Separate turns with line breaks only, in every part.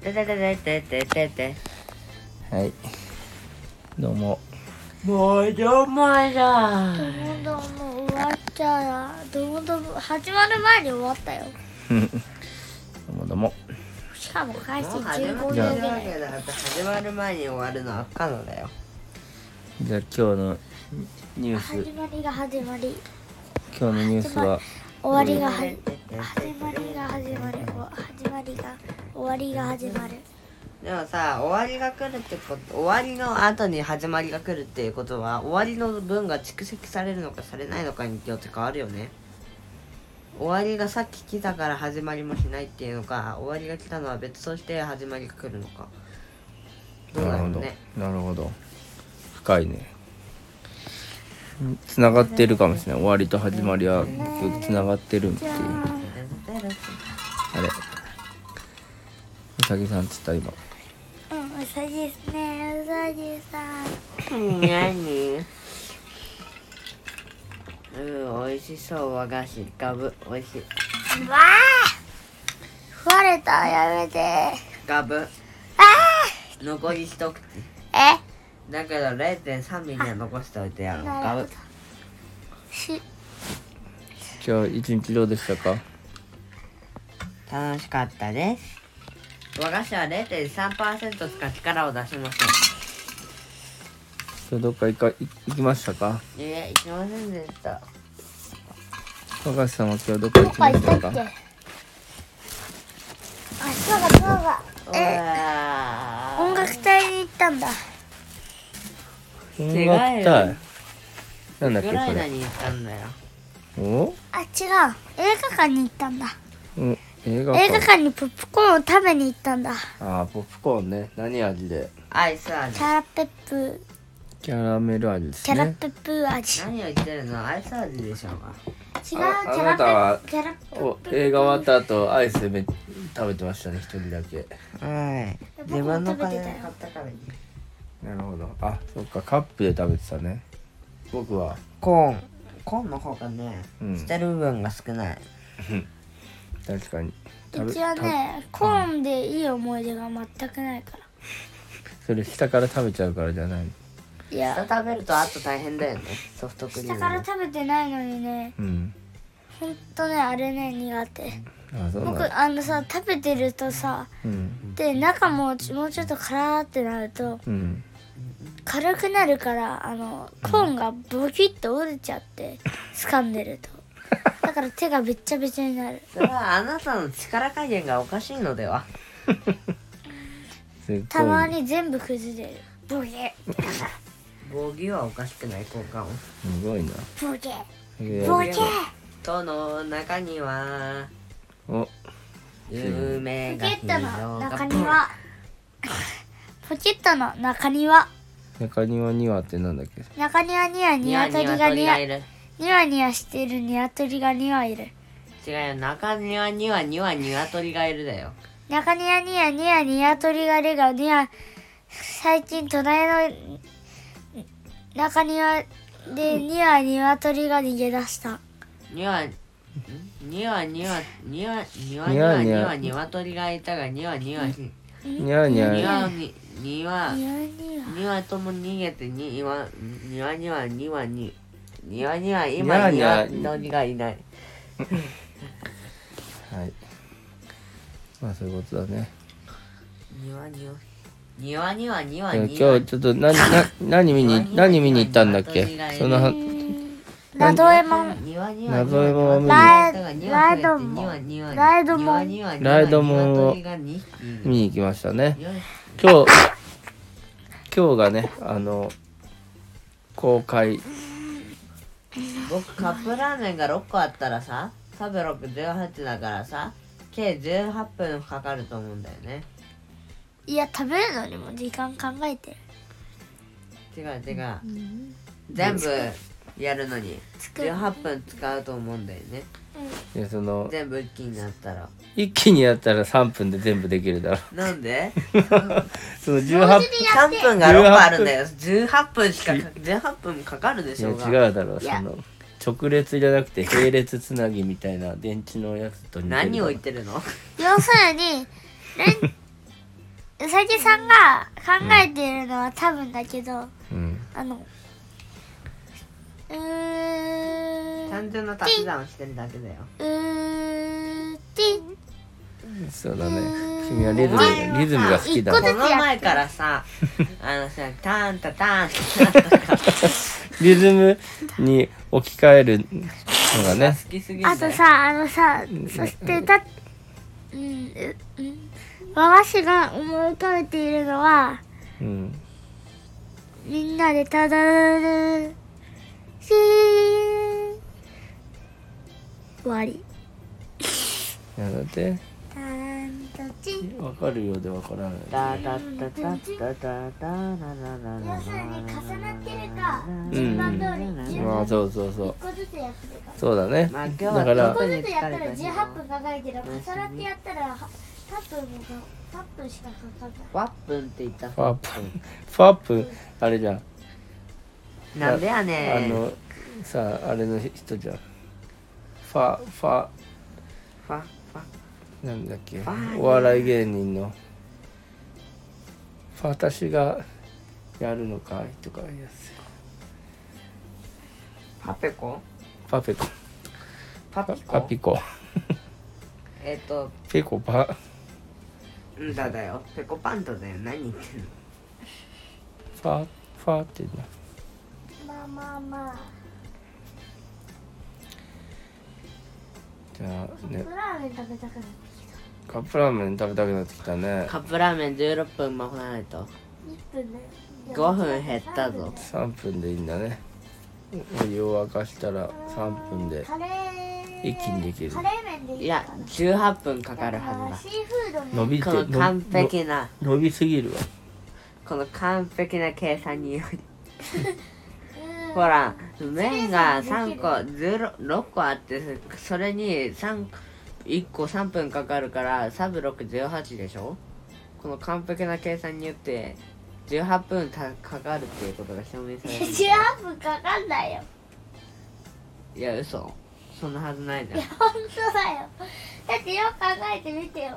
ててててててて
はいどうも
もうどうもだ
どんどんもう終わっちゃうどんどん始まる前に終わったよ
どうもどうも
しかも開始
もう始ま
15秒
っ
ぐ
ちゃ
ら
う
い
わけだから始まる前に終わるのは不可能だよ
じゃあ今日のニュース
始まりが始まり
今日のニュースは
終わりがは始まりが始まる始まりが終わりが始まる
でもさ終わりが来るってこと終わりの後に始まりが来るっていうことは終わりの分が蓄積されるのかされないのかによって変わるよね終わりがさっき来たから始まりもしないっていうのか終わりが来たのは別として始まりが来るのかどうだろうね
なるほど深いねつながってるかもしれない終わりと始まりはつながってるっていうあれうさぎさんっつった今
うんうさぎですねうさぎさん
何 うん美味しそう和菓子ガブ美味しい
わあ食われたやめて
ガブ
あ
残り一口
あえ
だけど0.3ミリは残しておいてやろうガブ
し
今日一日どうでしたか
楽しかったです和菓子は0.3%しか力を出しません
今日どっか行か行行きましたか
いえ行きませんでした
若狭さんは今日どっか
ど
行
っ
きま
か
し
行った
た
っけ
か
あそうかそうか
う
え
わ
音楽隊に行ったんだ
音
違うよ
楽隊なんだっ
ーウク
けこ
ライナ
れ
に行ったんだよ
お
あ違う映画館に行ったんだ
うん映画
映画
館
館にポップコーンを食べに行ったんだ
あーポップコーンね何味で
アイス味
キャラペップ
キャラメル味です
キャラ
ね
ペップ味、
何を言ってるのアイス味でしょうか
違うキャ
ああな
ラ
た
ペ
は
ップキャラペッ
お
プ
映画終わった後アイスめ食べてましたね一人だけ
はい
僕も
自分の金
食べて
で
たよ
買ったからね
なるほどあそっかカップで食べてたね僕は
コーンコーンの方がね、
うん
捨てる部分が少ない
確かに
うちはねコーンでいい思い出が全くないから
食べそれ下から食べちゃうからじゃない
い
下
や
食べるとあと大変だよねソフトクリー
下
ム
から食べてないのにね
うん
ほんとねあれね苦手
あそうなんだ
僕あのさ食べてるとさ
うん
で中もちもうちょっとカラーってなると
うん
軽くなるからあのコーンがボキッと折れちゃって掴んでるとだから手がべっちゃべちゃになる
それはあなたの力加減がおかしいのでは
すっごい
たまに全部崩れるボケ
防御はおかしくない効果音
すごいな
ボケ
え
ボ
ー
ケ
との中には
お
夢
ポ
が
ケットの中に
広が
はポケットの中には
中庭にはってなんだっけ
中にはには
ニ
ニ
ワ
ワ
ト
ト
リ
リ
が
が
ニ
ニ
ワ
ワ
いる
ニワニワしているニワトリがニワいる
違うよ中庭にはニワニワトリがいるだよ
中にはニヤニヤニヤ鳥がレがニヤ最近隣の中庭でニヤニワ鳥が逃げ出した
ニワんニワニワニワニワニ
ニ
ワ
ワ
ニ
ニワ
ワニワトリがいたがニワニワニ
にゃーにゃー
ワにニワ
ニヤニ
ニワとも逃げてニワニワニワニワニニワニワ
ニ
今
ワ
ニ
ニ
ワ
ワ
トリがいない
はいまあそういうことだね
ニワニワニワニワニワ
でも
ニワ
今日ちょっと何な何見に何見に行ったんだっけそのは
ワ謎えもん
庭には
謎山を見に
ライライドモンライドモン
ライドモンを見に行きましたね今日今日がねあの公開
僕カップラーメンが6個あったらさ3618だからさ計18分かかると思うんだよね
いや食べるのにも時間考えてる
違う違う全部やるのに
作る
18分使うと思うんだよね
でその
全部一気になったら
一気にやったら3分で全部できるだろ
なんで
その18
3分が6個あるんだよ18分しかか18分かかるで
い
し
や
ょが
違うだろ
い
そ
や
の直列じゃなくて並列つなぎみたいな電池のやつと似てる
何を言っ
って
るの
要するにレンうさぎさんが考えてるのは多分だけど、
うん
あのうーん
単純な足し算をしてるだけだよ
うーって
そうだね君はリズムリズムが好きだ
一個ず
ね
こ
つ
の前からさあのさターンタターンタターンとか
リズムに置き換えるのがね
好きすぎる
あとさあのさそしてたうんううん和菓子が思い浮かべているのは
うん
みんなでただるしー終わり
なんだって
たんとち
わかるようでわからない
タタタタタタタララララ
要するに重なってるか順番通り順
ま
番
あそうそうそう
1個ずつやってるか
そうだね
まあ
だ
今日は
から
1個ずつやったら18分かかるけど重なってやったら8分もか8分しかかかんない
ワップンって言った
ファープファープあれじゃん
なんでやね
あ
ん
のさあれの人じゃんファファ
ファファ
なんだっけ
ファー
お笑い芸人の「私がやるのかい?」とかいうやつ
パペコ
パペコ
パ
パ
ピ
パ
コ
ピコ
えっと
ペコパ
んだだよペコパンダだよ何言ってんの
ファファってな
まあまあまあ
じゃあね
プラーメン食べたくなって
カップラーメン食べたくなってきたね
カップラーメン16分もらないと
1分だよ
5分減ったぞ
3分でいいんだねお湯を沸かしたら3分で
カレー
一気にできる
カレー麺でいい
いや18分かかる
あ
は
シーフードも
伸び
ず
て
だこの完璧な
の伸びすぎるわ
この完璧な計算により
うん
ほら麺が3個6個あってそれに3 1個3分かかるからサブ618でしょこの完璧な計算によって18分たかかるっていうことが証明さ れる
18分かかんないよ
いや嘘そんなはずないじゃん
本当だよだってよく考えてみてよ
い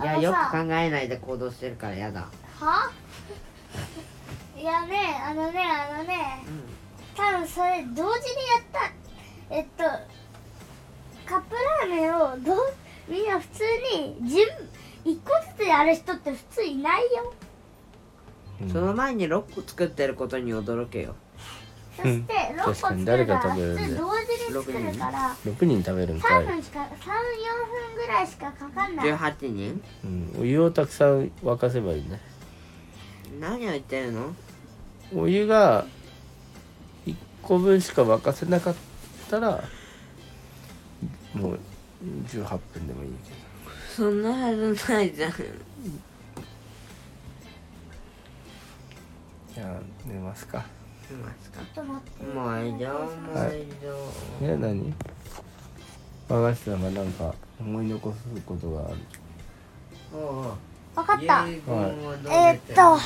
あ
や
の
よ
さ
く考えないで行動してるからやだ
はいやねあのねあのね
うん
多分それ同時にやったえっとカップラーメンをどうみんな普通に順一個ずつやる人って普通いないよ
うん
その前に6個作ってることに驚けよ
そして
うん
6個作
確かに
る
誰
か
が
ら
食べる
普
んだよ
通同時に作るから
6人食べるんか
3
い、
分しか34分ぐらいしかかかんない
18人
うん、お湯をたくさん沸かせばいいね
何を言ってるの
お湯が1個分しか沸かせなかったらもう18分でもいいけ
そんなはずないじゃん
どじゃあ寝ますか
いますか
ちょっと待って
もういいよもういいよ
ね何和菓子さんがなんか思い残すことがある
おうおう
分かった
遺言はどう
えー
出
って
る
と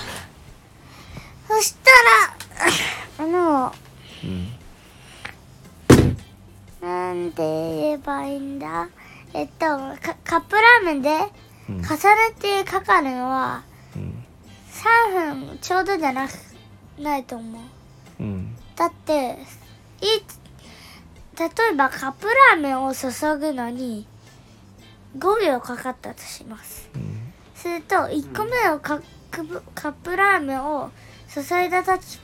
そしたらあの
うん
なんて言えばいいんだえっとカカップラーメンで
うん
重ねてかかるのは
うん
3分ちょうどじゃなくないと思う
うん
だってい例えばカップラーメンを注ぐのに5秒かかったとします
うん
すると1個目のカカップカップラーメンを注いだ時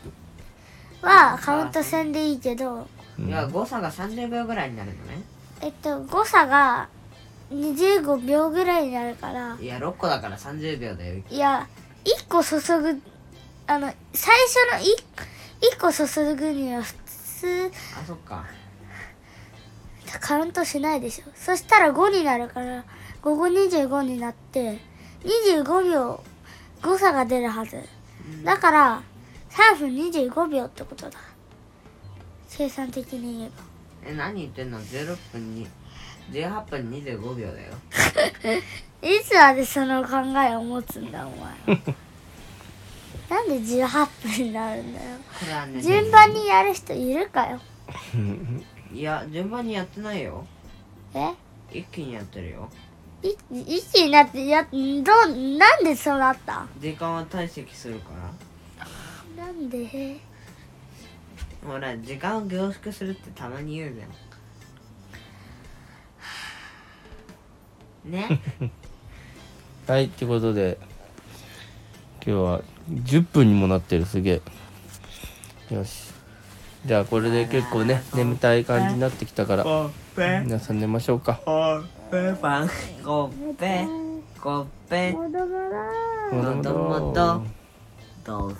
はカウント戦でいいけど
うん
いや誤差が30秒ぐらいになるのね
えっと誤差が25秒ぐらいになるから
いや6個だから30秒だよ
いや1個注ぐあの最初の 1, 個注ぐには普通
あそっか
カウントしないでしょそしたら5になるから午後25になって25秒誤差が出るはずだから3分25秒ってことだ計算的に言えば
え何言ってんの16分に18分25秒だよ
いつまでその考えを持つんだお前はなんで18分になるんだよ
これはね
順番にやる人いるかよ
うん
いや順番にやってないよ
え
一気にやってるよ
い1になってやどうなんでそうなった
時間は体積するから
なんで
ほら時間を凝縮するってたまに言うじゃ んね
はいってことで今日は10分にもなってるすげえよしじゃあこれで結構ね眠たい感じになってきたから
コッペ
皆さん寝ましょうか
コッペパンコッペコッペ
戻らない
もともとどう